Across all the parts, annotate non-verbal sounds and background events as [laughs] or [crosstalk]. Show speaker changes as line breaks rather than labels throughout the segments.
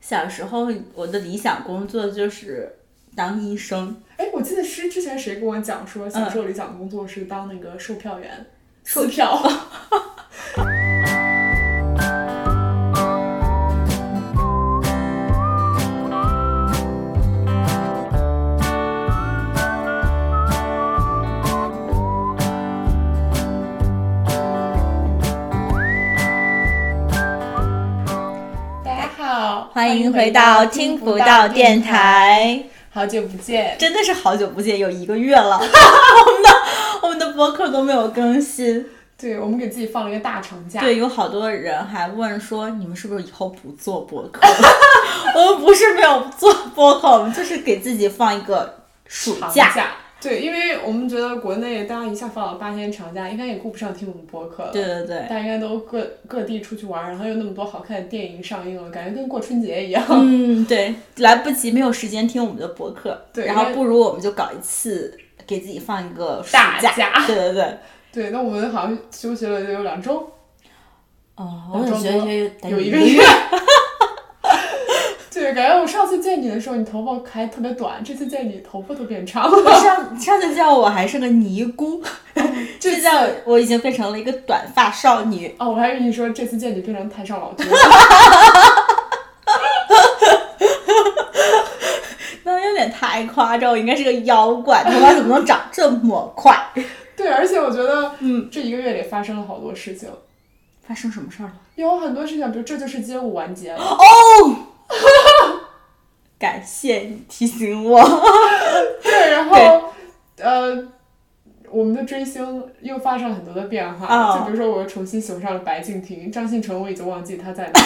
小时候我的理想工作就是当医生，
哎，我记得是之前谁跟我讲说，小
嗯
时候理想工作是当那个售票员，售票。大家好，
[laughs] 欢迎回到听不到电台。
好久不见，
真的是好久不见，有一个月了， [laughs] 我们的我们的博客都没有更新。
对我们给自己放了一个大长假。
对，有好多人还问说，你们是不是以后不做博客了？ [laughs] 我们不是没有做博客，我们就是给自己放一个暑 [laughs]
长
假。
对，因为我们觉得国内大家一下放了八天长假，应该也顾不上听我们播客了。
对对对，
大家应该都各各地出去玩，然后又那么多好看的电影上映了，感觉跟过春节一样。
嗯，对，来不及，没有时间听我们的博客。
对
然
因
后
为
不如我们就搞一次，给自己放一个暑
大
假。
假
对对对。
[laughs] 对，那我们好像休息了得有两周，
哦，
我
我
也
也
觉
觉
得
得
有一个 [laughs] 月。对，感觉我上次见你的时候，你头发还特别短，这次见你头发都变长了。
上上次叫我还是个尼姑，
哦
[laughs] 这次叫我已经变成了一个短发少女。
哦，我还跟你说，这次见你变成太上老君了。 [laughs]
那有点太夸张，我应该是个妖怪，头发怎么能长这么快？
对，而且我觉得，嗯，这一个月里发生了好多事情，
发生什么事儿了？
有很多事情，比如这就是街舞完结了。
感谢你提醒我。
对，然后，呃，我们的追星又发生了很多的变化，
哦
就比如说我又重新喜欢上了白敬亭，张信哲我已经忘记他在哪。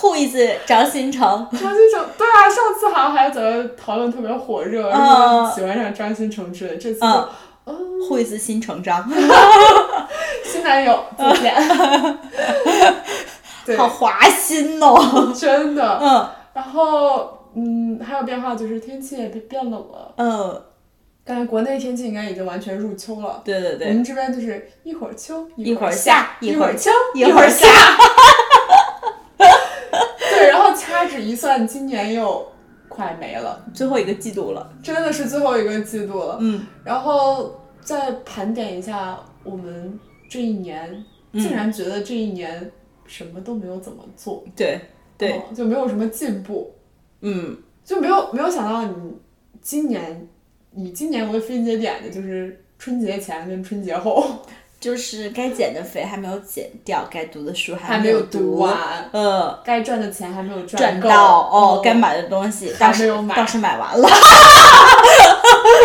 Who is 张新成？
张新成，对啊，上次好像还有在讨论特别火热，
嗯
说喜欢上张新成之类，这次就
嗯，Who is 新成章？
新男友再
[laughs]
见。对，
好滑心哦。
真的。
嗯
然后，嗯，还有变化就是天气也变变冷了，
嗯，
感觉国内天气应该已经完全入秋了。
对对
我
对，
们这边就是一会儿秋，
一
会
会
儿
儿
夏
夏，
一
一会
儿
儿
秋，
[laughs] 一
会
会
儿
儿
夏。对，然后掐指一算，今年又快没了，
最后一个季度了。
真的是最后一个季度了。
嗯，
然后再盘点一下我们这一年，竟然觉得这一年什么都没有怎么做，
对对，
嗯就没有什么进步，
嗯，
就没有没有想到你今年以今年为分界点的就是春节前跟春节后
就是该减的肥还没有减掉，该读的书
还
没
没有
读。
完，
呃，
该赚的钱还没有
赚
够，
到哦，该
嗯
买的东西
还
倒
没
是
有买
倒是买完了， [laughs]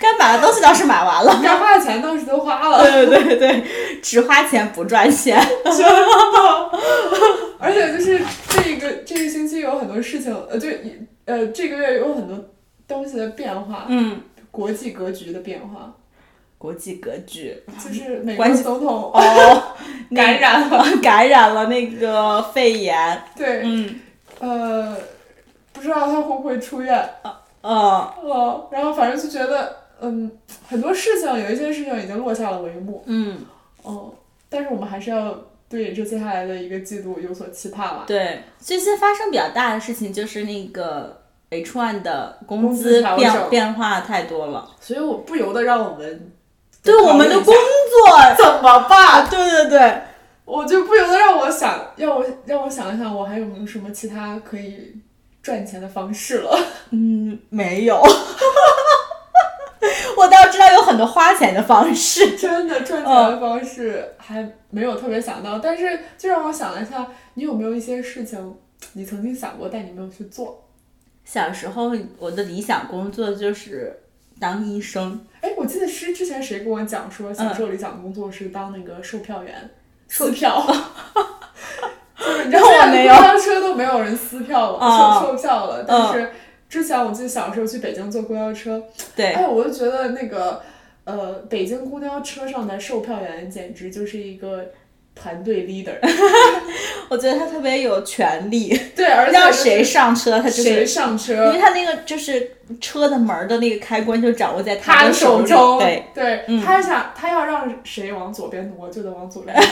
该买的东西倒是买完了。
该花的钱当时都花
[laughs]
了。
对对对对，只花钱不赚钱。
而且就是这个这个星期有很多事情，呃，就一呃这个月有很多东西的变化，
嗯，
国际格局的变化，
国际格局
就是美国
关系
总统
哦，
[laughs] 感染了，
染 [laughs] 感染了那个肺炎。
对，
嗯
呃，不知道他会不会出院，
呃
哦，然后反正就觉得，嗯，很多事情有一些事情已经落下了帷幕，
嗯，
哦，但是我们还是要对这接下来的一个季度有所期盼吧。
对，最近发生比较大的事情就是那个 H one 的工
工资
资
调整
变变化太多了，
所以我不由得让我们
对我们的工作
[laughs]
啊
怎么办？
对对对，
我就不由得让我想，让我让我想一想，我还有没有什么其他可以赚钱的方式了？
嗯，没有。 [laughs] 我倒知道有很多花钱的方式。
[laughs] 真的赚钱的方式还没有特别想到，但是就让我想了一下，你有没有一些事情你曾经想过，但你没有去做？
小时候我的理想工作就是当医生，
哎，我记得是之前谁跟我讲说，小时候理想工作是当那个售票员，撕 [laughs] 票。就是你知道
那我
现在
没
公
有
交车都没有嗯人撕票了，
啊
售售票了，但是之前我记得小时候去北京坐公交车。
对，
哎，我就觉得那个，呃，北京公交车上的售票员简直就是一个团队 leader， [laughs]
我觉得他特别有权利，
对，而且
让
就是
谁上车他就是
谁上车，
因为他那个就是车的门儿的那个开关就掌握在
他
的
的手
手
中，
对，嗯
他想他要让谁往左边挪，就得往左边 [laughs] 挪。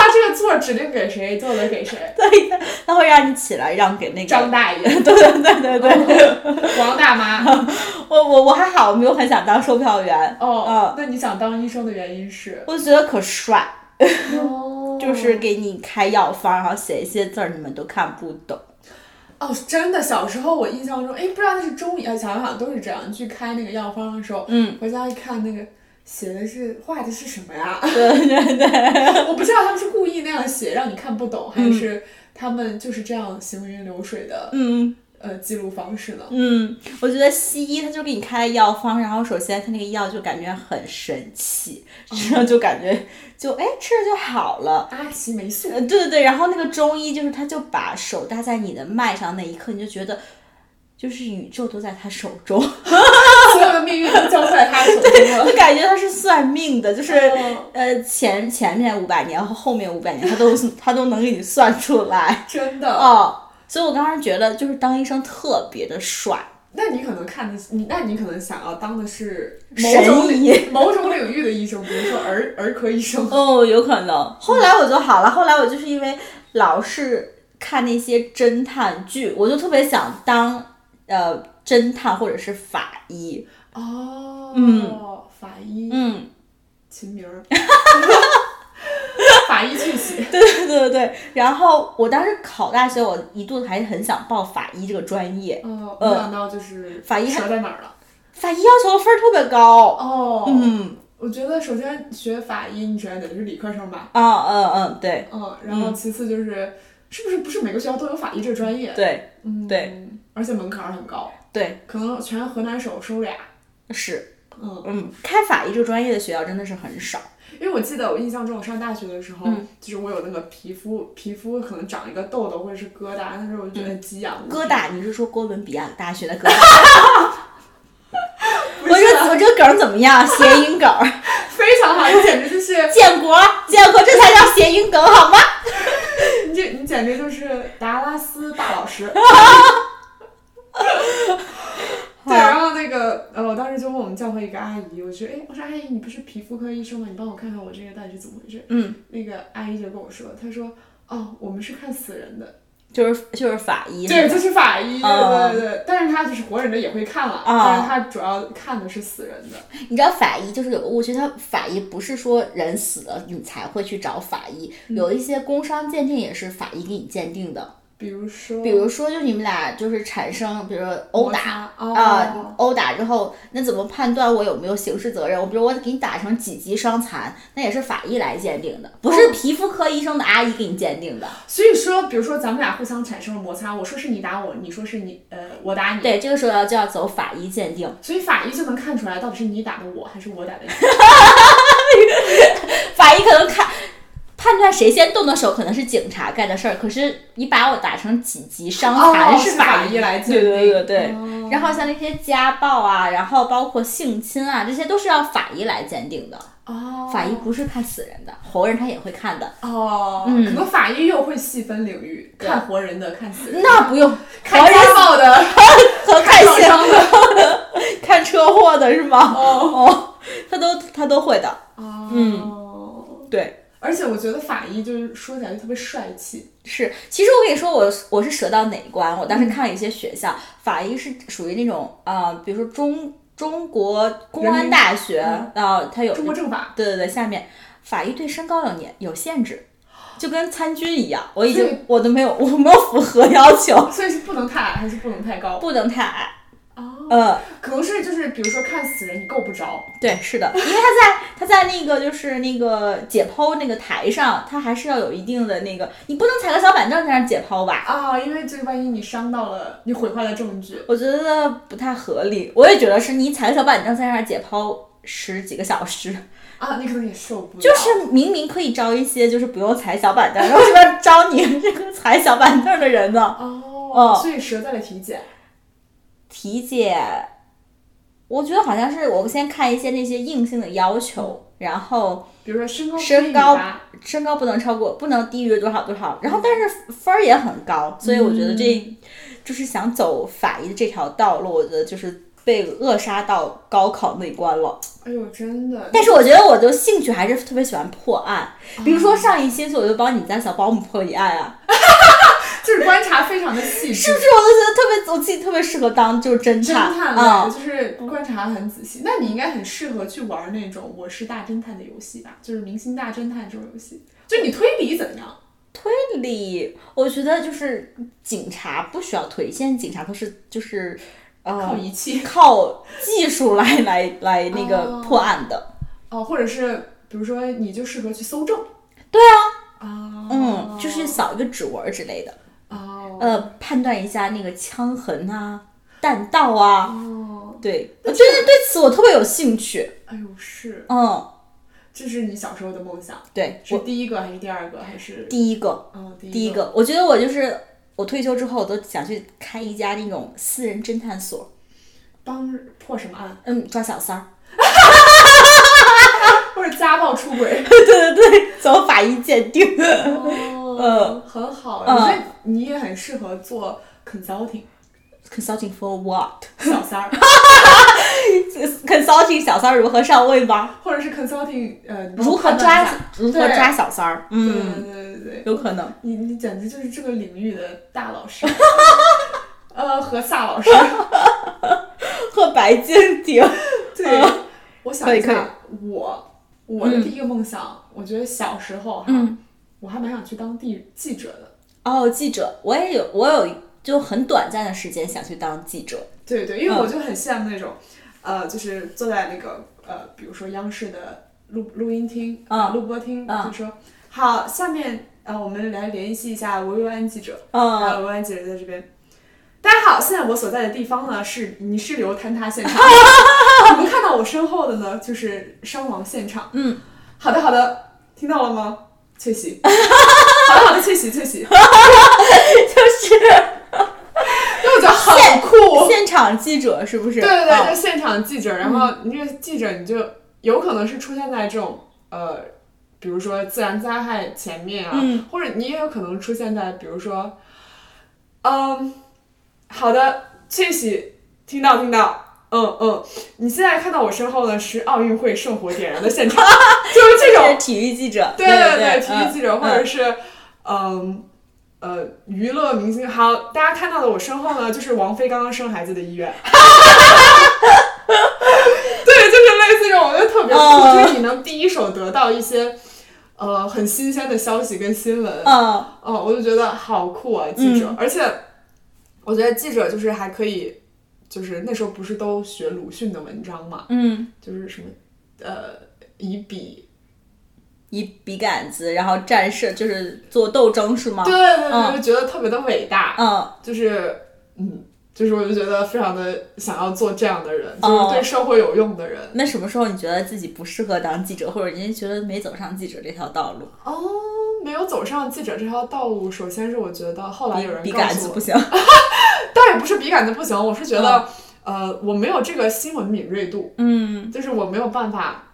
他这个做指令给谁，就得给谁。
他会让你起来让给那个。
张大爷、哦
对对对对对，
王
[laughs]
大妈。
我我我还好，我没有很想当售票员，嗯
哦，那你想当医生的原因是？
我就觉得可帅，
哦
[laughs] 就是给你开药方，然后写一些字儿，你们都看不懂。
哦，真的，小时候我印象中，哎，不知道那是中医，啊，想想都是这样。你去开那个药方的时候，
嗯，
回家一看那个。写的是画的是什么呀？ [laughs]
对对对，
我不知道他们是故意那样写让你看不懂，还是他们就是这样行云流水的
嗯
呃记录方式呢？
嗯，我觉得西医他就给你开药方，然后首先他那个药就感觉很神奇，然后就感觉就哎吃了就好了。
阿奇霉素
呃，对对对，然后那个中医就是，他就把手搭在你的脉上那一刻，你就觉得，就是宇宙都在他手中， [laughs]
所有的命运都交在他手中了。
就感觉他是算命 [laughs] 的，就是、
嗯
呃前前面五百年和后面五百年，他都他都能给你算出来 [laughs]
真的，
哦。所以我当时觉得，就是当医生特别的帅，
那你可能看的，你那你可能想要当的是某种
神医。
领某种领域的医生，比如说儿儿科医生。
哦，有可能。后来我就好了，后来我就是因为老是看那些侦探剧，我就特别想当呃侦探或者是法医。
哦，
嗯
法医
嗯。
秦
[laughs]
明儿，法医去喜。
对对对对对，然后我当时考大学，我一度还很想报法医这个专业，
嗯，没想到就是
法医还
折在哪儿了。
法医要求的分儿特别高。
哦，
嗯，
我觉得首先学法医，你首先得是理科生吧。
啊嗯嗯，对
嗯，然后其次就是，是不是不是每个学校都有法医这个专业？
对
嗯，
对，
而且门槛儿很高，
对
可能全河南省收俩。
是，
嗯，
嗯，开法医这个专业的学校真的是很少。
因为我记得我印象中，我上大学的时候，
嗯
就是我有那个皮肤皮肤可能长一个痘痘或者是疙瘩，但是我就
嗯
觉得激痒无比。
哥大，你是说哥伦比亚大学的哥 [laughs] 大？我
不是啊
这我这梗儿怎么 [laughs] 样？谐音梗儿，
非常好，你简直就是
建国建国，这才叫谐音梗好吗？
你这你简直就是达拉斯大
[laughs]
老师。对，然后那个呃，我当时就问我们教会一个阿姨，我说，哎，我说阿姨，你不是皮肤科医生吗？你帮我看看我这个到底是怎么回事？
嗯，
那个阿姨就跟我说，她说，哦，我们是看死人的。
就是就是法医，
对，就是法医，
嗯
对对对，但是他就是活人的也会看了，
嗯
但是他主要看的是死人的。
你知道法医就是有个误区，他法医不是说人死了你才会去找法医，有一些工伤鉴定也是法医给你鉴定的。
比如说，
比如说，就你们俩就是产生，比如说
摩
殴打
擦
啊、
哦，
殴打之后，那怎么判断我有没有刑事责任？我比如我给你打成几级伤残，那也是法医来鉴定的，不是皮肤科医生的阿姨给你鉴定的。
所以说，比如说咱们俩互相产生了摩擦，我说是你打我，你说是你呃我打你，
对，这个时候要就要走法医鉴定，
所以法医就能看出来到底是你打的我还是我打的你。
法医可能看。判断谁先动的手可能是警察干的事儿，可是你把我打成几级伤残
哦
是
是
法
医来鉴
对
定，
对对对。
哦
然后像那些家暴啊，然后包括性侵啊，这些都是要法医来鉴定的。
哦，
法医不是看死人的，活人他也会看的。
哦，嗯
嗯
可能法医又会细分领域，
对
看活人的，看死人的，
那不用，
看
活人
家暴的，
和看
看受
性、
伤的，
看车祸的是吗？
哦
哦，他都他都会的。
哦，
对，
而且我觉得法医就是说起来就特别帅气，
是。其实我跟你说，我我是折到哪一关？我当时看了一些学
嗯
校，法医是属于那种呃，比如说中中国公
人
安
民
大学，
嗯
呃，他有
中国政法。
对对对，下面法医对身高有年有限制，就跟参军一样，我已
对
经我都没有我没有符合要求，
所以是不能太矮，还是不能太高？
不能太矮。
哦，
嗯，
可能是就是，比如说看死人你够不着，
对，是的，因为他在他在那个就是那个解剖那个台上，他还是要有一定的那个，你不能踩个小板凳在那儿解剖吧？
啊，因为这万一你伤到了，你毁坏了证据，
我觉得不太合理。我也觉得是你踩个小板凳在那儿解剖十几个小时，
啊，你可能也受不了。
就是明明可以招一些就是不用踩小板凳，为什么要招你这个踩小板凳的人呢？
哦，
嗯
所以折在了体检。
体检，我觉得好像是我先看一些那些硬性的要求，然后
比比如说身高不
身
低于
高
八
身高不能超过，不能低于多少多少。然后，但是分儿也很高，所以我觉得这、
嗯
就是想走法医的这条道路，我觉得就是被扼杀到高考那一关了。
哎呦，真的，
但是我觉得我的兴趣还是特别喜欢破案，
嗯
比如说上一期我就帮你们家小保姆破一案啊，
就是观察非常的细致
是。不是？我就觉得特别，我自己特别适合当就是侦
侦
探
探
啊、
类的就是观察得很仔细，那你应该很适合去玩那种我是大侦探的游戏吧，就是明星大侦探这种游戏。就你推理怎样？
推理，我觉得就是警察不需要推理，现在警察都是就是
靠
呃
仪器
靠技术来来来那个破案的。
哦，或者是比如说你就适合去搜证。
对
啊。啊。
嗯，就是扫一个指纹儿之类的，
哦。
呃，判断一下那个枪痕啊、弹道啊，
哦，
对，我真的对此我特别有兴趣。
哎呦，是，
嗯，
这是你小时候的梦想，
对
是
我
第一个还是第二个还是？
第一个，
嗯，第
第一个，我觉得我就是我退休之后，我都想去开一家那种私人侦探所，
帮破什么案，
嗯，抓小三儿， [laughs]
或者家暴出轨。
对对对，走法医鉴定， [laughs]
哦，很好，我觉得你也很适合做 consulting
consulting for what？
小三儿，
consulting 小三儿如何上位吗？
或者是 consulting 呃
如何抓如何抓小三儿？
对
嗯，
对对对对，
有可能。 [laughs]
你你简直就是这个领域的大老师，呃和萨老师。
和白敬亭，
对，我想一
可以可
下，我我的第一个梦想，我觉得小时候哈，我还蛮想去当地记者的。
哦，记者，我也有，我有就很短暂的时间想去当记者。
对对，因
嗯
为我就很羡慕那种，呃，就是坐在那个呃，比如说央视的录录音厅、
嗯
啊、录播厅，就说好，下面呃，我们来联系一下维维安记者，
嗯
啊，维维安记者在这边。大家好，现在我所在的地方呢是泥石流坍塌现场，
[laughs]
你们看到我身后的呢就是伤亡现场。
嗯，
好的好的，听到了吗？翠
[laughs]
喜，好的好的，翠喜翠喜，
就是
因为我觉得很酷，
嗯现场记者是不是？嗯
对对
哦
对，就现场记者，然后你这个记者你就有可能是出现在这种呃，比如说自然灾害前面啊，
嗯
或者你也有可能出现在比如说，嗯，好的，这喜听到听到。嗯嗯，你现在看到我身后呢是奥运会圣火点燃的现场， [laughs] 就是这种
这是体育记者，
[laughs] 对
对
对，体育记者
嗯
或者是，嗯，呃，娱乐明星。好，大家看到的我身后呢，就是王菲刚刚生孩子的医院。 [laughs] 对，就是类似这种，我觉得特别酷，
嗯
就是你能第一手得到一些。呃，很新鲜的消息跟新闻，
嗯，
哦，我就觉得好酷啊，记者！而且我觉得记者就是还可以，就是那时候不是都学鲁迅的文章嘛，
嗯，
就是什么呃，以笔
以笔杆子，然后战士就是做斗争是吗？
对对对，
嗯
就觉得特别的伟大，
嗯，
就是嗯，就是我就觉得非常的想要做这样的人，就
哦
是对社会有用的人。
那什么时候你觉得自己不适合当记者，或者您觉得没走上记者这条道路？
哦，没有走上记者这条道路，首先是我觉得后来有人
笔
告
杆
诉
子
我，
不行。
倒也不是笔杆子不行，我是觉得、呃，我没有这个新闻敏锐度，
嗯
就是我没有办法，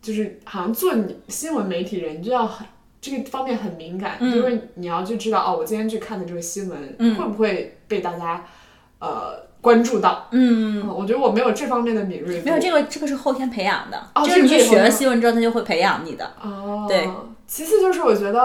就是好像做你新闻媒体人，你就要很。这个方面很敏感，
嗯
就是你要去知道哦，我今天去看的这个新闻、
嗯
会不会被大家呃关注到？
嗯，
嗯，我觉得我没有这方面的敏锐度。
没有这个，这个是后天培养的，
哦
就是你
这个是后
学
天
了新闻之后，他就会培养你的。
哦，
对。
其次就是我觉得，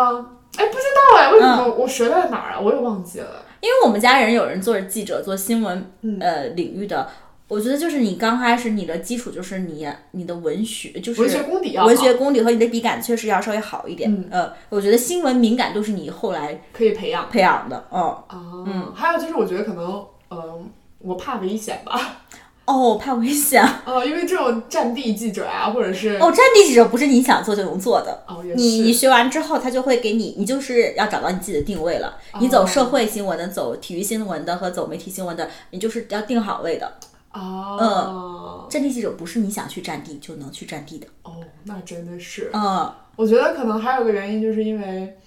哎，不知道哎，为什么
嗯
我我学在哪儿啊？我也忘记了。
因为我们家人有人做记者，做新闻
嗯
呃领域的，我觉得就是你刚开始你的基础就是你你的文学就是
文学功底要啊好
文学功底和你的笔感确实要稍微好一点。
嗯
呃，我觉得新闻敏感度是你后来
可以培养
培养的。嗯，
啊。嗯。还有就是，我觉得可能，嗯、我怕危险吧， [laughs]
哦，怕危险
呃，因为这种战地记者啊，或者是
哦，战地记者不是你想做就能做的。
哦，也
你你
是，
学完之后，他就会给你，你就是要找到你自己的定位了。
哦
你走社会新闻的，走体育新闻的和走媒体新闻的，你就是要定好位的。嗯
哦，
战地记者不是你想去战地就能去战地的。
哦，那真的是，
嗯
我觉得可能还有个原因，就是因为，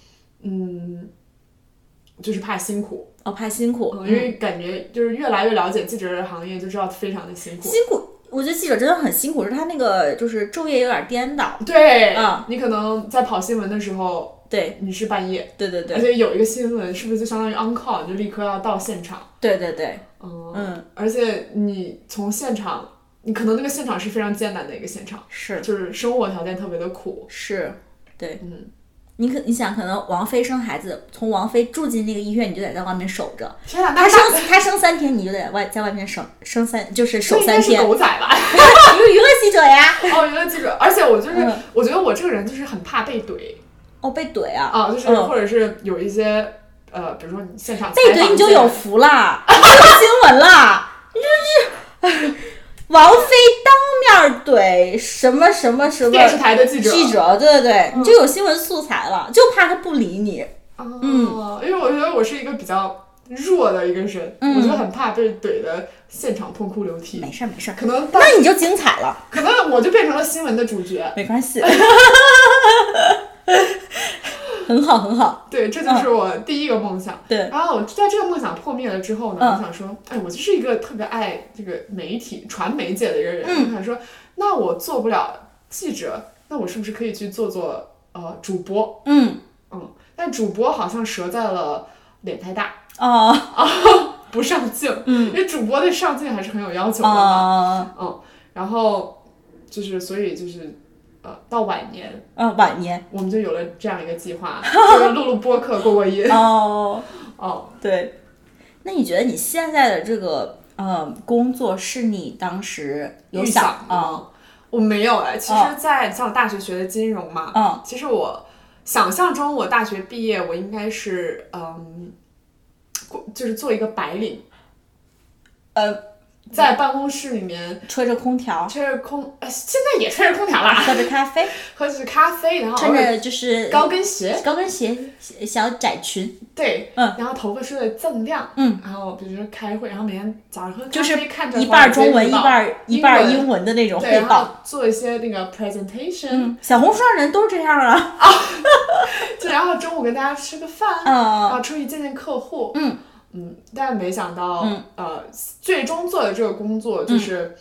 嗯，就是怕辛苦，嗯
哦，怕辛苦，
嗯因为感觉就是越来越了解记者这个行业，就知道非常的辛苦。
辛苦。我觉得记者真的很辛苦，是他那个就是昼夜有点颠倒。
[laughs] 对，
嗯
你可能在跑新闻的时候，
对
你是半夜，
对对
而
对
且有一个新闻是不是就相当于 on call，你就立刻要到现场。
对对对，
嗯，
嗯，
而且你从现场，你可能那个现场是非常艰难的一个现场，
是
就是生活条件特别的苦。
是，对，
嗯，
你可你想，可能王菲生孩子，从王菲住进那个医院，你就得在外面守着。
天啊哪，那
她
是
生她生三天，你就得外在外面守生三，就是守
那应该
三
是
天。
狗仔
[laughs]
吧？
你是娱乐记者呀？
哦，原来记者，而且我就是，
嗯
我觉得我这个人就是很怕被怼
哦，被怼啊！
啊，就是
嗯
或者是有一些呃，比如说你现场
被
采访
怼
一
你就
些
有
人
福了，你就有新闻了，你就是。哎 [laughs] 王菲当面怼什么什么什么
电视台的记者，嗯
记者，对对对，你就有新闻素材了，就怕他不理你。
哦，因为我觉得我是一个比较弱的一个人，
嗯
我就很怕被怼的现场痛哭流涕。
没事儿没事儿，
可能到
那你就精彩了，
可能我就变成了新闻的主角，
没关
[laughs]
系，很好很好，
对，这就是我第一个梦想。
对
然后在这个梦想破灭了之后呢，
嗯
我想说，哎，我就是一个特别爱这个媒体、传媒界的一个人。
嗯
我想说，那我做不了记者，那我是不是可以去做做呃主播？
嗯
嗯，但主播好像折在了脸太大，
哦
不上镜。
嗯，
因为主播对上镜还是很有要求的嘛。
哦
嗯，然后就是所以就是呃，到晚年
哦晚年
我们就有了这样一个计
[laughs]
划，就是录录播客过过瘾。
哦
哦，
对，那你觉得你现在的这个呃工作是你当时有
预
想
想的
啊？
吗我没有哎，其
哦
实在像我大学学的金融嘛，
嗯
其实我想象中我大学毕业我应该是嗯，过就是做一个白领，
呃，
在办公室里面
吹着空
[laughs]
调，
吹着空，呃现在也吹着空调啦，
喝着咖
[laughs]
啡，
喝着咖啡，然后
穿
偶尔
着就是
高跟鞋，
高跟鞋、小小窄裙，
对，
嗯，
然后头发梳的锃亮，
嗯，
然后比如说开会，然后每天早上喝咖啡
就是
看着
一
华尔
半
街
中文
日
一
报
半一
英
半
文
英文的那种
对，
汇
然后
报。
做一些那个 presentation，、
嗯，小红书上人都是这样啊。
就然后中午跟大家吃个饭，然
嗯
后出去见见客户，
嗯
嗯，但没想到，
嗯
呃，最终做的这个工作就是，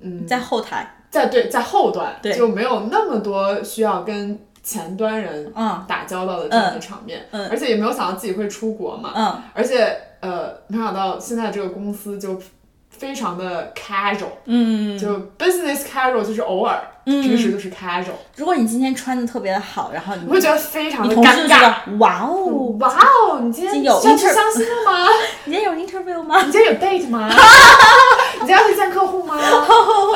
嗯，
在后台，
在对在后端
对
就没有那么多需要跟前端人
嗯
打交道的这样的场面，
嗯嗯
而且也没有想到自己会出国嘛，
嗯，
而且呃，没想到现在这个公司就非常的 casual，、
嗯，
就 business casual 就是偶尔，
嗯
平时就是 casual，
如果你今天穿的特别的好，然后你
我会觉得非常
你
的
同事
尴
就
尬。
觉得哇哦，
哇哦，你
今
今天
天有
上
inter-
去相亲了
[laughs]
吗？
你今天有 interview 吗？
你今天有 date 吗？你今天要去见客户吗？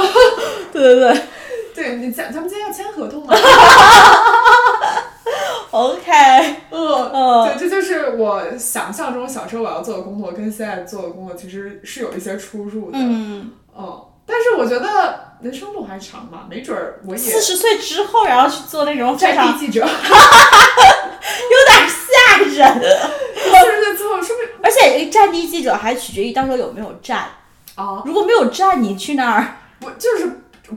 [laughs] 对对对
对你咱咱们今天要签合
[laughs]
同吗？
，OK，
嗯，
嗯
对，这就是我想象中小时候我要做的工作，跟现在做的工作其实是有一些出入的。
嗯，
嗯，但是我觉得人生路还长嘛，没准儿我 [laughs] 也
嗯四十岁之后，然后去做那种非
战
常 [laughs]
地记者，
有点吓人，
四十岁之后说不定
[laughs] 而且呃战地记者还取决于到时候有没有站，
啊，
如果没有站，你去那儿，
不就是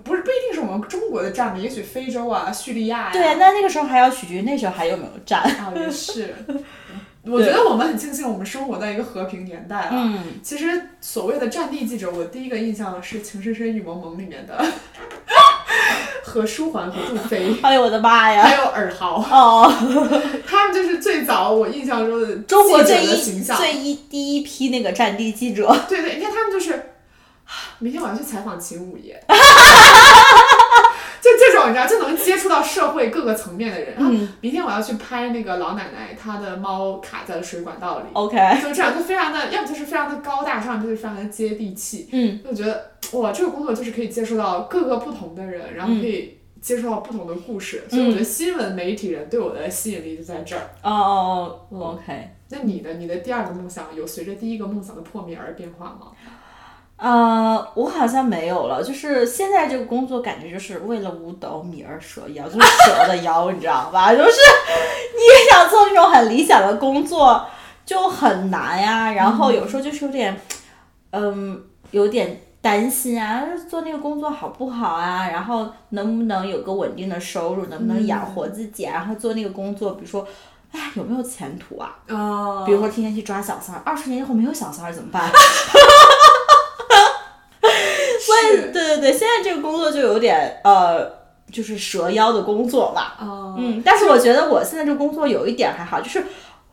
不是不一定是我们中国的站吧，也许非洲啊、叙利亚呀、
对，那那个时候还要取决于那时候还有没有站。
啊，也
[laughs]
是。我觉得我们很庆幸我们生活在一个和平年代啊。
嗯，
其实所谓的战地记者，我第一个印象是《情深深雨蒙蒙》里
[laughs]
面的何书桓和杜飞，
哎呦我的妈呀！
还有尔豪，
[laughs] 哦，
他们就是最早我印象中的
中国
记者
最
的
一
形象。
最一第一批那个战地记者，
对对，你看他们就是，啊明天我要去采访秦五爷。就这种，你知道，就能接触到社会各个层面的人。
嗯
啊明天我要去拍那个老奶奶，她的猫卡在了水管道里。
，OK，
就这样，就非常的，要么就是非常的高大上，要么就是非常的接地气。
嗯，
就觉得哇，这个工作就是可以接触到各个不同的人，然后可以接触到不同的故事，所以我觉得新闻媒体人对我的吸引力就在这儿。
哦，OK，
那你的你的第二个梦想有随着第一个梦想的破灭而变化吗？
呃，我好像没有了，就是现在这个工作感觉就是为了五斗米而折腰，就是折的腰， [laughs] 你知道吧？就是你想做那种很理想的工作就很难呀，然后有时候就是有点，嗯，有点担心啊，做那个工作好不好啊？然后能不能有个稳定的收入，能不能养活自己啊？然后做那个工作，比如说，哎，有没有前途啊？
啊
比如说天天去 [laughs] 抓小三儿，二十年以后没有小三儿怎么办？所在对对对，现在这个工作就有点呃，就是蛇妖的工作吧。
哦，
嗯，但是我觉得我现在这个工作有一点还好，就是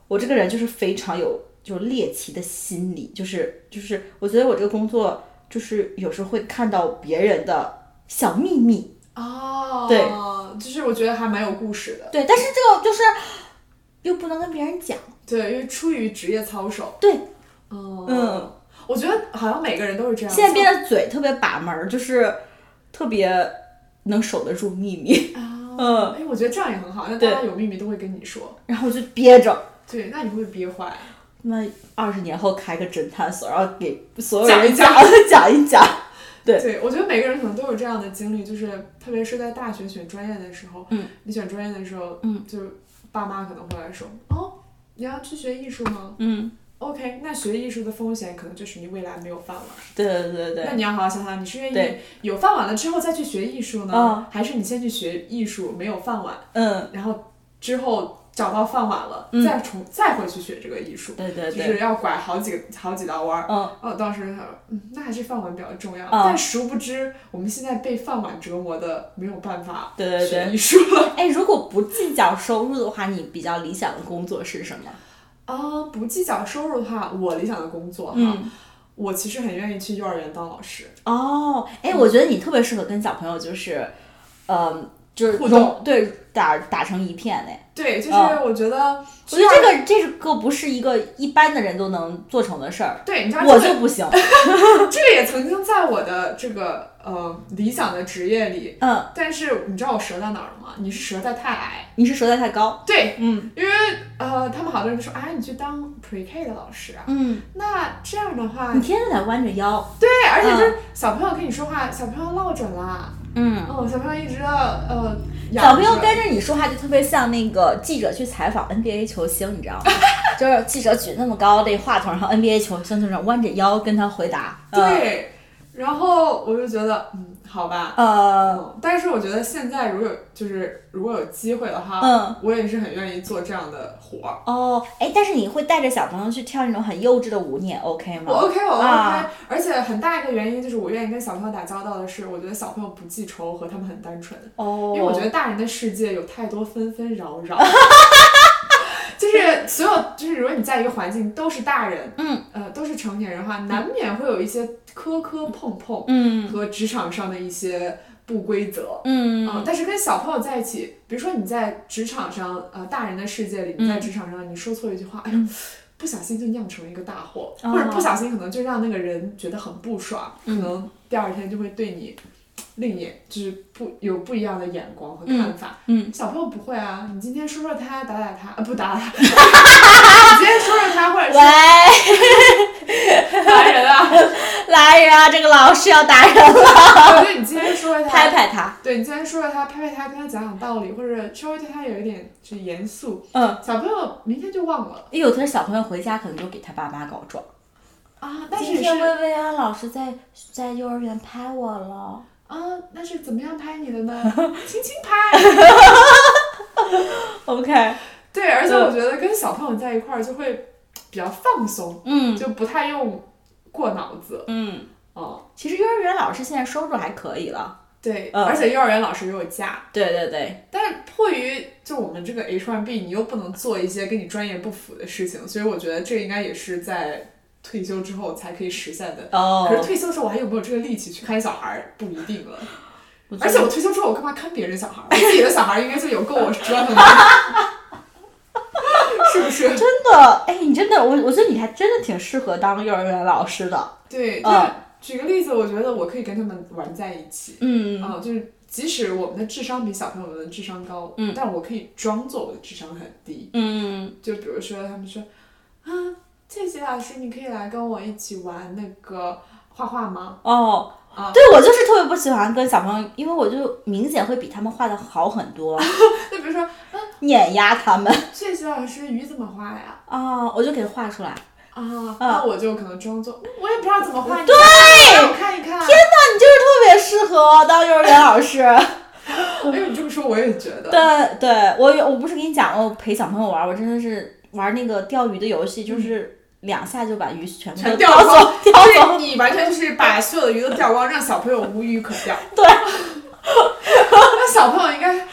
我这个人就是非常有就是猎奇的心理，就是就是我觉得我这个工作就是有时候会看到别人的小秘密，
哦，对，就是我觉得还蛮有故事的，
对，但是这个就是又不能跟别人讲，
对，因为出于职业操守，
对，
哦，
嗯，
我觉得好像每个人都是这样，
现在变得嘴特别把门儿，就是特别能守得住秘密， [laughs]
啊，
嗯
哎，我觉得这样也很好，那大
对
家有秘密都会跟你说，
然后我就憋着。
对，那你会不会憋坏？
那二十年后开个侦探所，然后给所有
讲
人
一讲
讲 [laughs] 一讲。对
对，我觉得每个人可能都有这样的经历，就是特别是在大学选专业的时候，
嗯，
你选专业的时候，
嗯，
就是爸妈可能会来说，哦，你要去学艺术吗
嗯，
？OK，那学艺术的风险可能就是你未来没有饭碗。
对对对
那
对
你要好好想想，你是愿意
对
有饭碗了之后再去学艺术呢，
嗯
还是你先去学艺术没有饭碗，
嗯，
然后之后找到饭碗了，
嗯
再重再回去学这个艺术？
对对
就
对，
是要拐好几个好几道弯儿。
嗯，
哦，当时他说，嗯，那还是饭碗比较重要。
嗯
但殊不知，我们现在被饭碗折磨的没有办法
对对
学
对。
艺术了。
[laughs] 哎，如果不计较收入的话，你比较理想的工作是什么？
啊、不计较收入的话，我理想的工作哈，
嗯
我其实很愿意去幼儿园当老师。
哦，哎，我觉得你特别适合跟小朋友，就是，嗯，就是
互动
融，对，打打成一片嘞。
对，就是
嗯
我觉得，
我觉得这个这个不是一个一般的人都能做成的事儿，
对，你知道
我
这
就不行。
个这个也曾经在我的这个呃理想的职业里，
嗯，
但是你知道我折在哪儿了吗？你是折在太矮。
你是舌苔太高。
对，
嗯
因为呃，他们好多人就说，哎，你去当 Pre K 的老师啊。
嗯，
那这样的话，
你天天得弯着腰。
对，而且就是小朋友跟你说话，小朋友落枕啦，
嗯。
嗯，小朋友一直呃，
小朋友
该
跟着你说话就特别像那个记者去采访 NBA 球星，你知道
[laughs]
吗？就是记者举那么高的话筒，然后 NBA 球星就是弯着腰跟他回答。嗯，
对，啊然后我就觉得，嗯，好吧，
呃，
嗯，但是我觉得现在如果有就是如果有机会的话，
嗯，
我也是很愿意做这样的活儿，
哦，哎，但是你会带着小朋友去跳那种很幼稚的舞，你也 OK
我
吗？
OK，我 OK，、
啊
而且很大一个原因就是我愿意跟小朋友打交道的是，我觉得小朋友不记仇和他们很单纯，
哦，
因为我觉得大人的世界有太多纷纷扰
[laughs]
扰，就是所有就是如果你在一个环境都是大人，
嗯，
呃，都是成年人的话，难免会有一些磕磕碰碰
嗯
和职场上的一些不规则。
嗯
呃但是跟小朋友在一起，比如说你在职场上，呃，大人的世界里，你
嗯
在职场上你说错一句话，哎呦，不小心就酿成一个大祸，
哦
或者不小心可能就让那个人觉得很不爽，
嗯
可能第二天就会对你另眼就是不有不一样的眼光和看法。
嗯，
小朋友不会啊，你今天说说他，打打他，呃，不打打
[laughs]
他，你今天说说他，或者是
喂，
打人啊，
[laughs] 来人啊，这个老师要打人了，
我觉得你今天说说
拍
他，
拍他。
对你今天说说他，拍拍他，跟他讲讲道理，或者稍微对他有一点就是严肃，
嗯，
小朋友明天就忘了
有的小朋友回家可能就给他爸妈告状。
啊。但是
今
你
天
是
薇薇安老师在在幼儿园拍我了。
啊，那是怎么样拍你的
[laughs]
呢？轻轻拍。 [laughs]
OK，
对，而且我觉得跟小朋友在一块儿就会比较放松，
嗯
就不太用过脑子。
嗯。
哦，
其实幼儿园老师现在收入还可以了。
对，
嗯
而且幼儿园老师也有假。
对对对，
但是迫于就我们这个 H1B，你又不能做一些跟你专业不符的事情，所以我觉得这应该也是在退休之后才可以实现的。可是
哦，
退休之后我还有没有这个力气去看小孩儿不一定了。
我觉
而
得
且我退休之后我干嘛看别人小孩儿？我自己的小孩儿应该就有够我折腾的， [laughs] 是不是？
真的，哎，你真的，我我觉得你还真的挺适合当幼儿园老师的。
对，就是
嗯
举个例子，我觉得我可以跟他们玩在一起。
嗯
啊、就是即使我们的智商比小朋友们的智商高，
嗯
但我可以装作我的智商很低。
嗯
就比如说他们说，啊，谢谢老师，你可以来跟我一起玩那个画画吗？
哦
啊。
对，我就是特别不喜欢跟小朋友，因为我就明显会比他们画的好很多，
那比如说，
碾压他们
谢谢老师，鱼怎么画呀？
啊、我就给画出来。
啊，
嗯
那我就可能装作，嗯我也不知道怎么画，对，让我看一看。
那你就是特别适合当幼儿园老师。
[laughs] 哎呦，你这么说我也觉得，
对哦对，我有我不是跟你讲，我陪小朋友玩，我真的是玩那个钓鱼的游戏，就是两下就把鱼全部
嗯全
都
掉
叼走
光，，
叼走。
对你完全就是把所有的鱼都钓光，让小朋友无鱼可钓。
[laughs] 对，
[laughs] 那小朋友应该，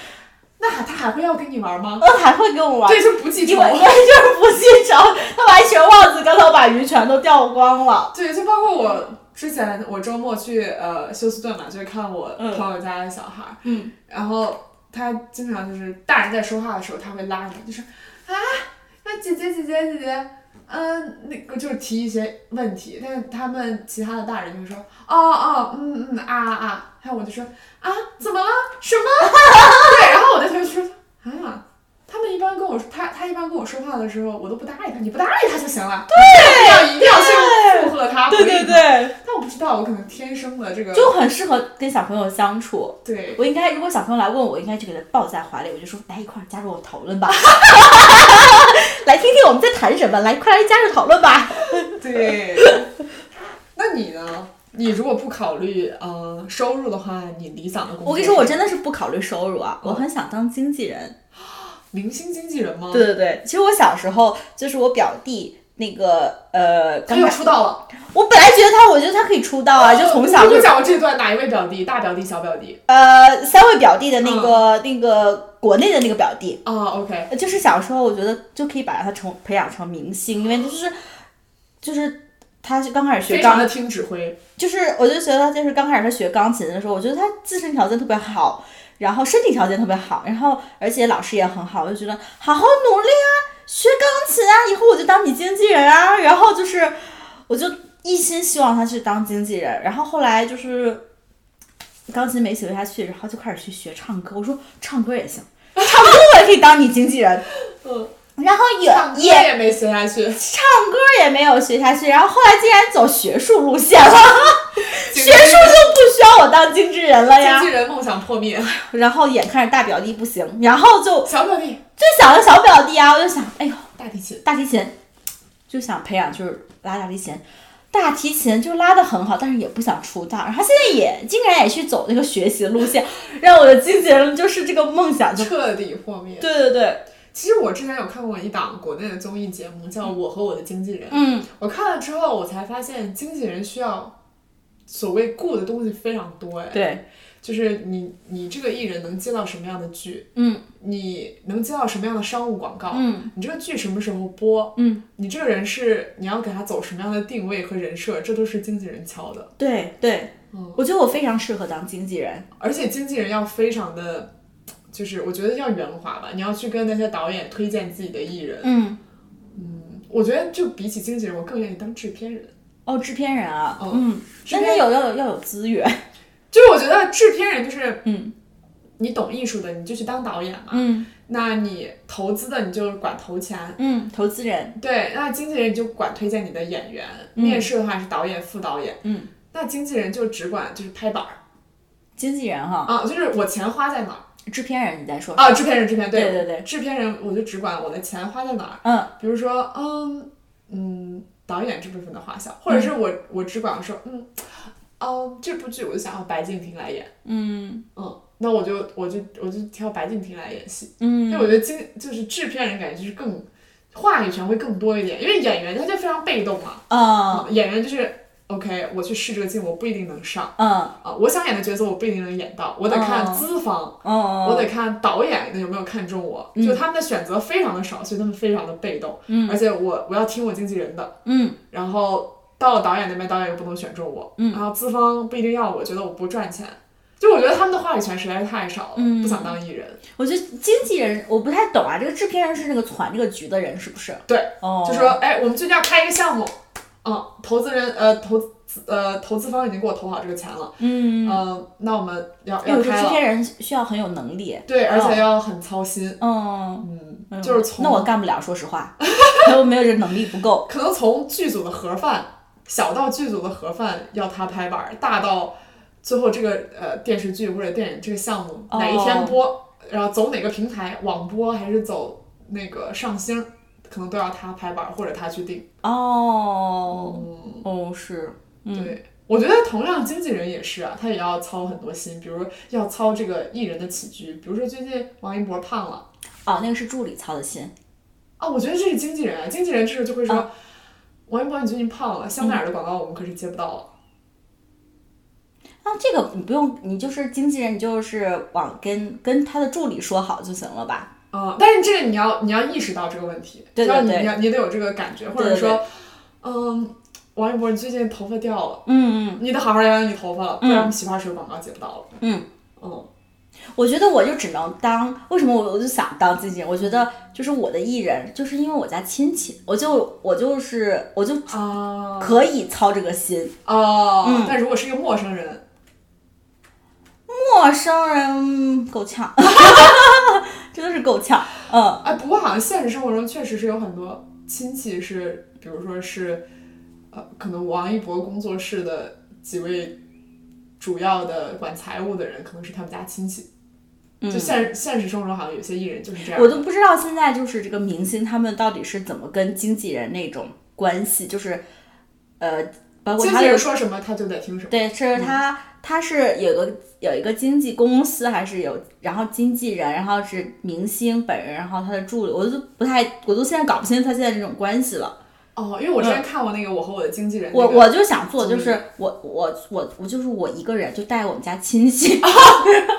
那还他还会要跟你玩吗？
嗯那还会跟我玩？
对，就不记
因
仇
为。因为就是不记仇，他完全忘记刚才我把鱼全都钓光了。
对，就包括我之前，我周末去呃休斯顿嘛，就是看我朋友家的小孩，
嗯，
然后他经常就是大人在说话的时候，他会拉你，就是啊，那姐姐姐姐姐姐，嗯、那个就是提一些问题，但是他们其他的大人就会说，哦哦，嗯嗯啊啊，还有我就说啊，怎么了？什么？ [laughs] 对，然后我那同学就说啊。他们一般跟我说，他他一般跟我说话的时候，我都不搭理他，你不搭理他就行了，对，一定要去附和他，
对对
回应他。
对，
但我不知道，我可能天生的这个
就很适合跟小朋友相处。
对
我应该，如果小朋友来问我，我应该就给他抱在怀里，我就说来一块儿加入我讨论吧， [laughs] 来听听我们在谈什么，来快来加入讨论吧。
对。
[laughs]
那你呢？你如果不考虑呃收入的话，你理想的工作？
我跟你说，我真的是不考虑收入啊，我很想当经纪人。
明星经纪人吗？
对，对对，其实我小时候就是我表弟那个呃，
他
刚
又
开
出道了。
我本来觉得他，我觉得他可以出道啊，就从小
哦我
就
跟你讲过这段，哪一位表弟？大表弟、小表弟？
呃三位表弟的那
嗯
个、那个国内的那个表弟，
啊，OK，
呃就是小时候我觉得就可以把他成培养成明星，因为就是就是。他是刚开始学
非
钢
常的听指挥。
就是我就觉得他就是刚开始他学钢琴的时候，我觉得他自身条件特别好，然后身体条件特别好，然后而且老师也很好，我就觉得好好努力啊，学钢琴啊，以后我就当你经纪人啊，然后就是我就一心希望他去当经纪人，然后后来就是钢琴没学下去，然后就开始去学唱歌，我说唱歌也行，唱歌我也可以当你经纪人，
[laughs] 嗯，
然后
唱歌
也也
也没学下去，
唱歌也没有学下去，然后后来竟然走学术路线了。学术就不需要我当经纪人了
经
哎呀。
纪人梦想破灭。
然后眼看着大表弟不行，然后就
小表弟，
就想着小表弟啊，我就想，哎呦，
大提琴。
大提琴，就想培养就是拉大提琴，大提琴就拉的很好，但是也不想出道。然后他现在也竟然也去走那个学习路线，让我的经纪人就是这个梦想就
彻底破灭。
[laughs] 对对对，
其实我之前有看过一档国内的综艺节目，叫《我和我的经纪人》。
嗯，
我看了之后，我才发现经纪人需要所谓顾的东西非常多哎，
对，
就是你你这个艺人能接到什么样的剧，
嗯
你能接到什么样的商务广告，
嗯
你这个剧什么时候播，
嗯，
你这个人是你要给他走什么样的定位和人设，这都是经纪人敲的，
对对，
嗯，
我觉得我非常适合当经纪人。
而且经纪人要非常的。就是我觉得要圆滑吧，你要去跟那些导演推荐自己的艺人。
嗯，
我觉得就比起经纪人，我更愿意当制片人。
哦，制片人啊，
哦
嗯，
制
但
片
他有要有要有资源，
就是我觉得制片人就是，
嗯，
你懂艺术的你就去当导演嘛，
嗯
那你投资的你就管投钱，
嗯，投资人，
对，那经纪人你就管推荐你的演员，
嗯
面试的话是导演、副导演，
嗯，啊
那经纪人就只管就是拍板儿
经纪人哈，
啊，就是我钱花在哪儿
制片人你在说
啊，制片人制片
对
对
对对，
制片人我就只管我的钱花在哪儿，
嗯
比如说嗯嗯导演这部分的花销，或者
嗯
是我、我只管说嗯哦、这部剧我就想要白敬亭来演，
嗯
嗯，那我就我就我就挑白敬亭来演戏。因为
嗯，
我觉得经就是制片人感觉就是更话语权会更多一点，因为演员他就非常被动嘛，
嗯
嗯演员就是 OK，我去试这个镜，我不一定能上
嗯
啊，我想演的角色我不一定能演到，我得看
嗯
资方，
嗯，
我得看导演有没有看中我，就他们的选择非常的少，所以他们非常的被动，
嗯
而且我我要听我经纪人的，
嗯
然后到了导演那边，导演又不能选中我，
嗯
然后资方不一定要我，觉得我不赚钱，就我觉得他们的话语权实在是太少了，
嗯
不想当艺人，
我觉得经纪人我不太懂啊，这个制片人是那个传这个局的人是不是？
对，
哦，
就说哎，我们最近要开一个项目，嗯，投资人呃投资呃投资方已经给我投好这个钱了，
嗯，
嗯、那我们要
因为
要
我觉得
开
制
了，
片人需要很有能力，
对，而
哦
且要很操心，
嗯，
嗯，
嗯
就是从
那我干不了，说实话， [laughs] 我没有这能力不够，
可能从剧组的盒饭，小到剧组的盒饭要他拍板儿，大到最后这个呃电视剧或者电影这个项目
哦
哪一天播，然后走哪个平台，网播还是走那个上星儿，可能都要他拍板儿或者他去定，
哦
嗯。
哦是，嗯
对，我觉得同样经纪人也是啊，他也要操很多心，比如要操这个艺人的起居，比如说最近王一博胖了
哦那个是助理操的心，
啊，我觉得这是经纪人啊，经纪人这时候就会说。王一博，你最近胖了，香奈儿的广告我们可是接不到了。
啊，这个你不用，你就是经纪人，你就是往跟跟他的助理说好就行了吧？
啊、但是这个你要你要意识到这个问题，
哦对对
要你
对
你要你得有这个感觉，或者
对对
说，嗯，王一博，你最近头发掉了，
嗯嗯，
你得好好养养你头发了，不然我们洗发水广告接不到了。
嗯
嗯
我觉得我就只能当，为什么我我就想当经纪人？我觉得就是我的艺人，就是因为我家亲戚，我就我就是我就
啊
可以操这个心。
哦，
嗯
但如果是一个陌生人，
陌生人嗯够呛， [laughs] 真的是够呛。嗯，
哎，不过好像现实生活中确实是有很多亲戚是，比如说是，呃，可能王一博工作室的几位主要的管财务的人，可能是他们家亲戚。
嗯
就现现实生活中好像有些艺人就是这样。
我都不知道现在就是这个明星他们到底是怎么跟经纪人那种关系，就是呃，包括
经
他
纪
的
人说什么他就得听什么。
对，是他，他是有个有一个经纪公司，还是有，然后经纪人，然后是明星本人，然后他的助理，我都不太，我都现在搞不清他现在这种关系了。
哦，因为我之前看过那个《我和我的经纪人》那
嗯我
个，
我就想做，就
经
是我我我我就是我一个人就带我们家亲
[laughs]
戚，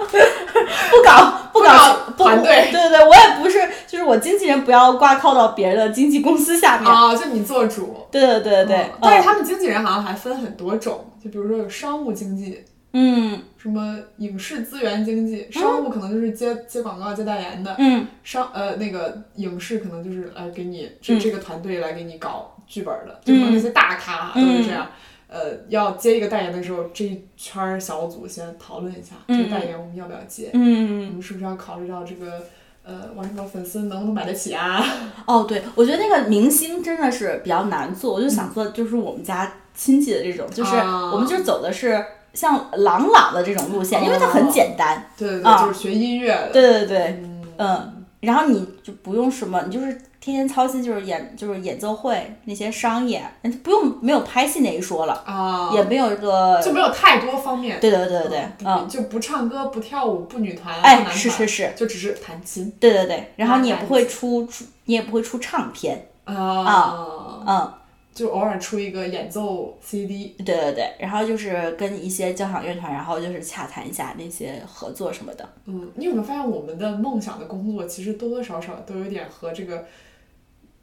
不搞不
不
搞
搞
不
团队
对对对，我也不是，就是我经纪人不要挂靠到别人的经纪公司下面。
啊、就你做主。
对对对对
嗯，但
嗯
是他们经纪人好像还分很多种，就比如说有商务经纪，
嗯
什么影视资源经济，商务可能就是接、接广告、接代言的，
嗯
商呃那个影视可能就是来给你这、
嗯
这个团队来给你搞剧本的，
嗯
就可能那些大咖啊都
嗯
是这样。呃，要接一个代言的时候，这一圈儿小组先讨论一下，
嗯
这个代言我们要不要接？
嗯
我，们是不是要考虑到这个呃王一博粉丝能不能买得起啊？
哦，对，我觉得那个明星真的是比较难做，我就想做就是我们家亲戚的这种，就是
啊
我们就走的是像朗朗的这种路线，因为它很简单。
对对对，
啊
就是学音乐的，
对对对，
嗯
嗯，然后你就不用什么，你就是天天操心就是演就是演奏会那些商演，嗯不用没有拍戏那一说了，
啊，
也没有一个，
就没哦有太多方面。
对对对对对，嗯，
就不唱歌、不跳舞、不女团、不
哎，
男
是
团
是是，
就只是弹琴
对对对，然后你也不
那
会出出，你也不会出唱片，
啊，哦
嗯。
就偶尔出一个演奏 CD
对对对，然后就是跟一些交响乐团，然后就是洽谈一下那些合作什么的。
嗯，你有没有发现我们的梦想的工作其实多多少少都有点和这个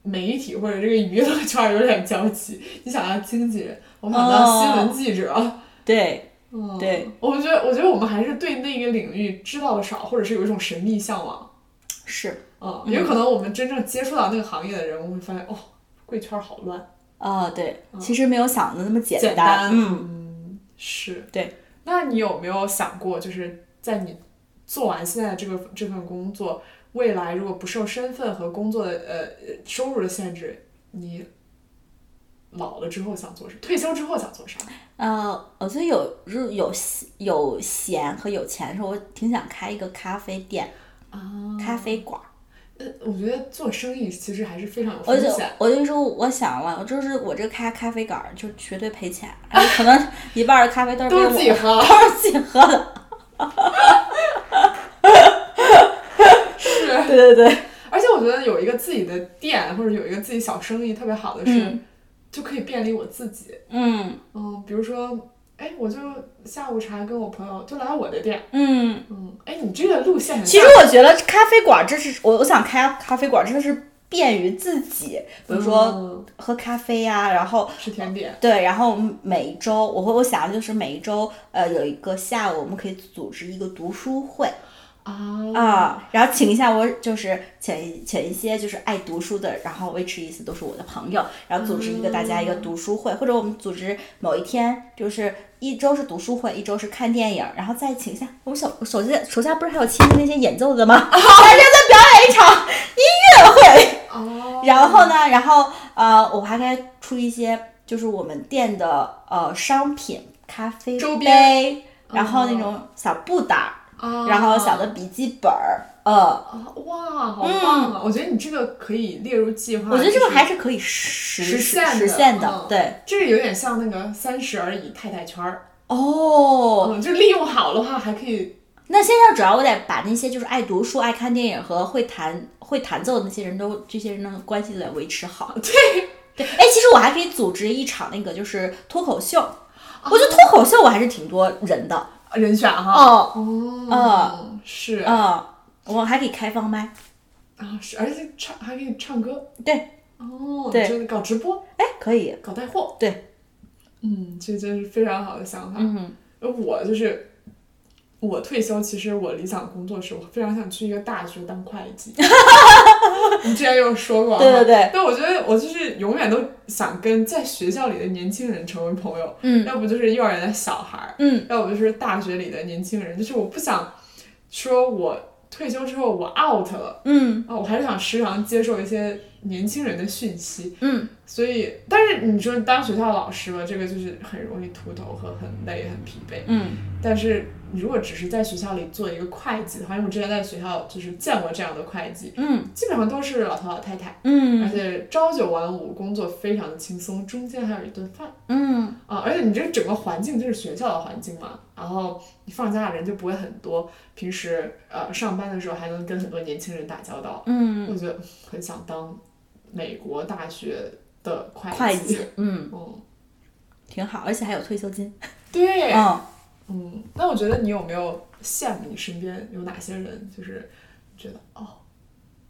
媒体或者这个娱乐圈儿有点交集？ [laughs] 你想当经纪人，我们想当新闻记者。
对，
嗯，
对，
我觉得，我觉得我们还是对那个领域知道的少，或者是有一种神秘向往。
是，
嗯，也有可能我们真正接触到那个行业的人，我们会发现哦，贵圈儿好乱。
啊，对，其实没有想的那么简
嗯简
嗯，
嗯，是
对。
那你有没有想过，就是在你做完现在这个这份工作，未来如果不受身份和工作的呃呃收入的限制，你老了之后想做什么？退休之后想做啥？
呃，我觉得有如有有闲和有钱的时候，我挺想开一个咖啡店、
啊
咖啡馆。
呃，我觉得做生意其实还是非常有
我
风
就
险。
我就说，我想了，我就是我这开咖啡馆儿就绝对赔钱，而且可能一半儿的咖啡都是
都是
被
自己
我 [laughs]
喝
都是自己喝的。
是，
对对对，
而且我觉得有一个自己的店或者有一个自己小生意特别好的是，
嗯
就可以便利我自己。
嗯
嗯，比如说，哎，我就下午茶跟我朋友就来我的店，
嗯。
嗯，哎，你这个路线很
其实
像
我觉得咖啡馆，这是我我想开咖啡馆，真的是便于自己，比如说
嗯
喝咖啡呀、然后
吃甜点，
对，然后每一周我会我想的就是每一周呃有一个下午我们可以组织一个读书会
啊
啊、然后请一下我就是请请一些就是爱读书的，然后维持一次都是我的朋友，然后组织一个大家一个读书会，或者我们组织某一天就是。一周是读书会，一周是看电影，然后再请一下我们手手下手下不是还有亲戚那些演奏的吗？一场音乐会，
哦，
然后呢，然后呃，我还该出一些就是我们店的呃商品，咖啡
周嗯
杯，然后那种小布袋儿，
啊，
然后小的笔记本儿，呃，
啊，哇，好棒啊！我觉得你这个可以列入计划，
嗯我觉得这个
就是
还是可以实
实现的
实现的，
嗯
对，
这个有点像那个三十而已太太圈儿，
哦。
嗯，就利用好的话还可以，
那现在主要我得把那些就是爱读书、爱
[laughs]
看电影和会弹会弹奏的那些人都这些人的关系得维持好，对，对，哎，其实我还可以组织一场那个就是脱口秀，我
哦
觉得脱口秀我还是挺多人的
人选哈。
哦，
哦，是啊，
嗯，我还可以开放麦，
是，而且唱还可以唱歌。
对，
哦，
对
真的搞直播，
哎，可以，
搞带货。
对，
嗯，这真是非常好的想法。
嗯，
而我就是我退休，其实我理想的工作是我非常想去一个大学当会计。 [laughs] 你之前有说过，
对对对。
但我觉得我就是永远都想跟在学校里的年轻人成为朋友，
嗯
要不就是幼儿园的小孩儿，
嗯
要不就是大学里的年轻人。就是我不想说我退休之后我 out 了
嗯
啊，我还是想时常接受一些年轻人的讯息。
嗯，
所以，但是你说当学校老师吧，这个就是很容易秃头和很累、很疲惫。
嗯
但是你如果只是在学校里做一个会计的话，因为我之前在学校就是见过这样的会计，
嗯
基本上都是老头老太太，而
嗯
且朝九晚五，工作非常的轻松，中间还有一顿饭
嗯
啊。而且你这整个环境就是学校的环境嘛，然后你放假的人就不会很多，平时呃上班的时候还能跟很多年轻人打交道，
嗯，
我觉得很想当美国大学的会计。
会计，嗯，
嗯，
挺好，而且还有退休金，
对，
嗯。
嗯，那我觉得你有没有羡慕你身边有哪些人？就是觉得哦，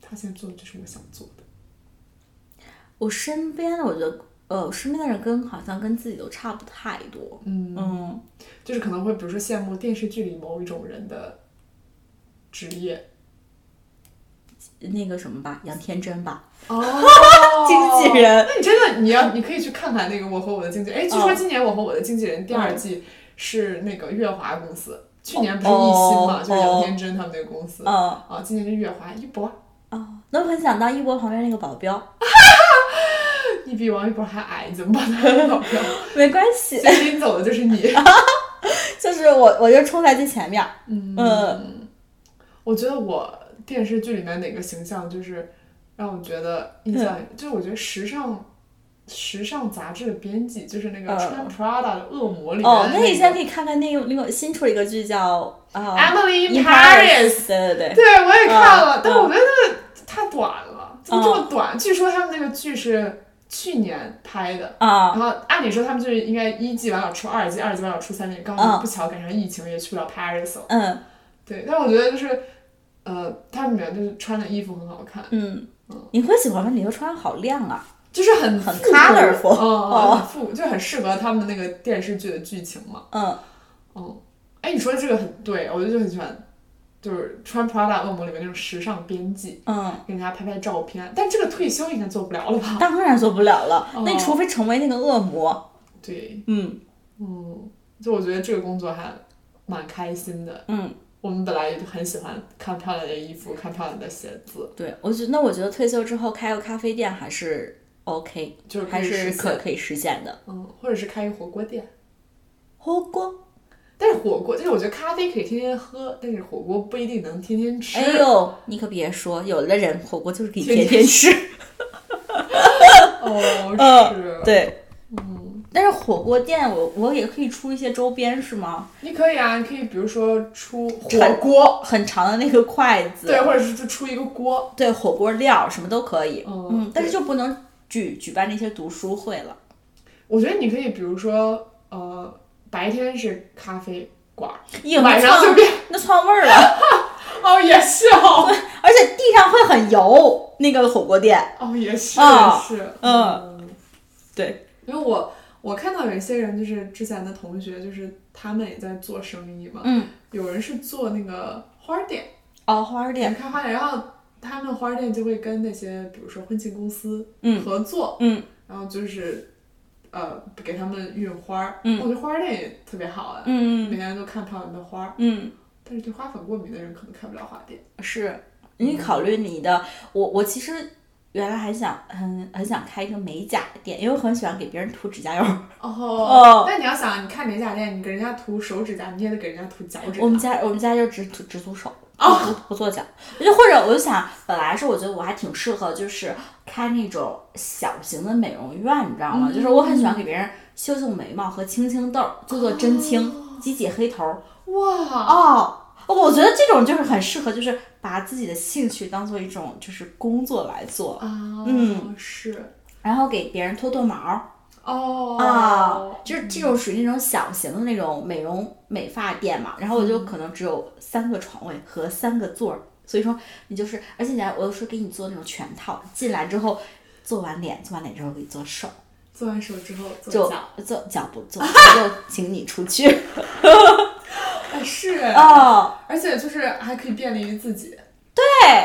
他现在做的就是我想做的。
我身边的，我觉得，呃，我身边的人跟好像跟自己都差不太多。
嗯，
嗯，
就是可能会比如说羡慕电视剧里某一种人的职业。
那个什么吧，杨天真吧，，
哦
经纪。人。
那你真的你要你可以去看看那个《我和我的经纪人》。哎，据说
嗯
今年《我和我的经纪人》第二季是那个月华公司，去年不是艺兴嘛，
哦
就是杨天真他们那个公司。
嗯
啊，今年是月华一博，
哦，那我很想当一博旁边那个保镖，
你比王一博还矮，怎么把他 [laughs] 当保镖？
没关系，
所以拎走的就是你。
就是我，我就冲在最前面儿。
嗯，我觉得我电视剧里面哪个形象就是让我觉得印象，
嗯
就是我觉得时尚时尚杂志的编辑，就是那个
嗯
穿 Prada 的恶魔里面
哦
的，
那你现在
个
可以看看那个那个新出了一个剧叫啊
Emily in
in
Paris，
对对对，
对我也看了，
嗯
但我觉得那个太短了，怎么这么短？据说他们那个剧是去年拍的。
啊
然后按理说他们就是应该一季完了出二季，二季完了出三季，刚好
嗯
不巧赶上疫情，也去不了 Paris 了。
嗯
对，但我觉得就是，呃，他们里面就是穿的衣服很好看，
嗯，你会喜欢吗？你会穿好亮啊，
就是很
很
复古
colorful [laughs]
嗯嗯，
哦
很复，就很适合他们那个电视剧的剧情嘛。
嗯
嗯，哎，你说的这个很对，我就很喜欢，就是穿 Prada 恶魔里面那种时尚编辑，
嗯，
给人家拍拍照片。但这个退休应该做不了了吧？ [laughs]
当然做不了了，那
哦
你除非成为那个恶魔，
对，
嗯
嗯，就我觉得这个工作还蛮开心的。
嗯。
我们本来也就很喜欢看漂亮的衣服，看漂亮的鞋子，
对，我觉得那我觉得退休之后开个咖啡店还是 OK，
就是
还是
可以
可
实现
可以实现的。
嗯，或者是开一火锅店。
火锅，
但是火锅，就是我觉得咖啡可以天天喝，但是火锅不一定能天天吃。
哎呦，你可别说，有的人火锅就是可以
天天
天天吃，
哦，
嗯
是，
对。
嗯，
但是火锅店我我也可以出一些周边是吗？
你可以啊，你可以比如说出火啊
传
锅，
很长的那个筷子，
对，或者是就出一个锅，
对火锅料什么都可以，
嗯
嗯，但是
对
就不能举举办那些读书会了，
我觉得你可以，比如说，呃，白天是咖啡馆儿，
硬
晚上
窜
就变，
那窜味儿了，
[laughs] 哦，也是 [laughs] 哦，
而且地上会很油，那个火锅店，
哦，也是，
哦
也是，
嗯
嗯，
对，
因为我我看到有一些人，就是之前的同学，就是他们也在做生意嘛，
嗯，
有人是做那个花儿店。
哦，花儿
点
店，
开花店，然后他们花店就会跟那些比如说婚庆公司
嗯
合作，
嗯
然后就是呃给他们运花儿。
嗯
我觉得花店也特别好啊，
嗯
每天都看漂亮的花儿。
嗯。
但是对花粉过敏的人可能开不了花店。
是你考虑你的，我我其实原来还想很很想开一个美甲店，因为我很喜欢给别人涂指甲油。
哦，但你要想，你看美甲店，你给人家涂手指甲，你也得给人家涂脚趾
我们
甲。
家我们家就只涂只涂手，不涂不做脚。我就或者我就想，本来是我觉得我还挺适合就是开那种小型的美容院，你知道吗？就是我很喜欢给别人修修眉毛和清清痘儿，做做针清，挤挤黑头儿。
哇，
哦。我觉得这种就是很适合，就是把自己的兴趣当做一种就是工作来做，
啊，
嗯，
是。
然后给别人脱脱毛儿
哦
啊，就是这种属于那种小型的那种美容美发店嘛。然后我就可能只有三个床位和三个座儿，所以说你就是，而且你还我又说给你做那种全套，进来之后做完脸，做完脸之后给你做手，
做完手之后做
就
脚，
做脚不做， [laughs] 就请你出去
哎是，
哦，
而且就是还可以便利于自己，
对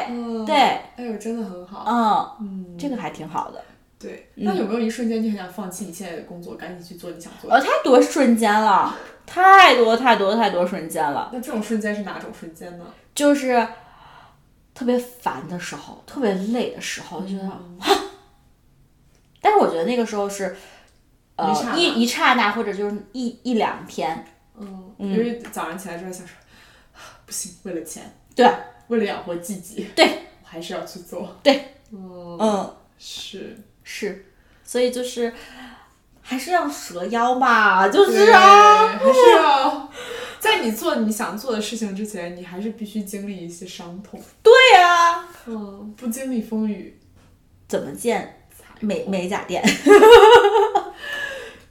嗯，
对，
哎呦真的很好，
嗯，
嗯，
这个还挺好的。
对。
嗯
那有没有一瞬间你很想放弃你现在的工作，赶紧去做你想做的？
呃，太多瞬间了，太多太多太多瞬间了，
那这种瞬间是哪种瞬间呢？
就是特别烦的时候，特别累的时候，就觉得，但是我觉得那个时候是，呃
一刹，那
一一刹那或者就是一一两天，
嗯，因为早上起来之后想说，啊不行，为了钱，
对
为了养活自己，
对，
我还是要去做。
对，
嗯，
嗯，
是，
是，所以就是还是要折腰吧，就
对
是啊，
还是要在你做你想做的事情之前，你还是必须经历一些伤痛。
对啊，
嗯，不经历风雨，
怎么建
才
美美甲店？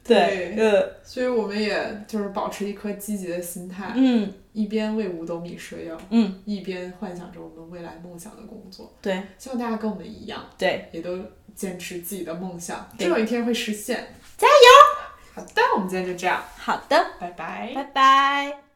对嗯
呃，
所以我们也就是保持一颗积极的心态，
嗯，
一边为五斗米折腰，
嗯，
一边幻想着我们未来梦想的工作。
对
希望大家跟我们一样，
对，
也都坚持自己的梦想，
对
终有一天会实现。
加
油！好的，我们今天就这样，
好的，
拜拜。
拜拜。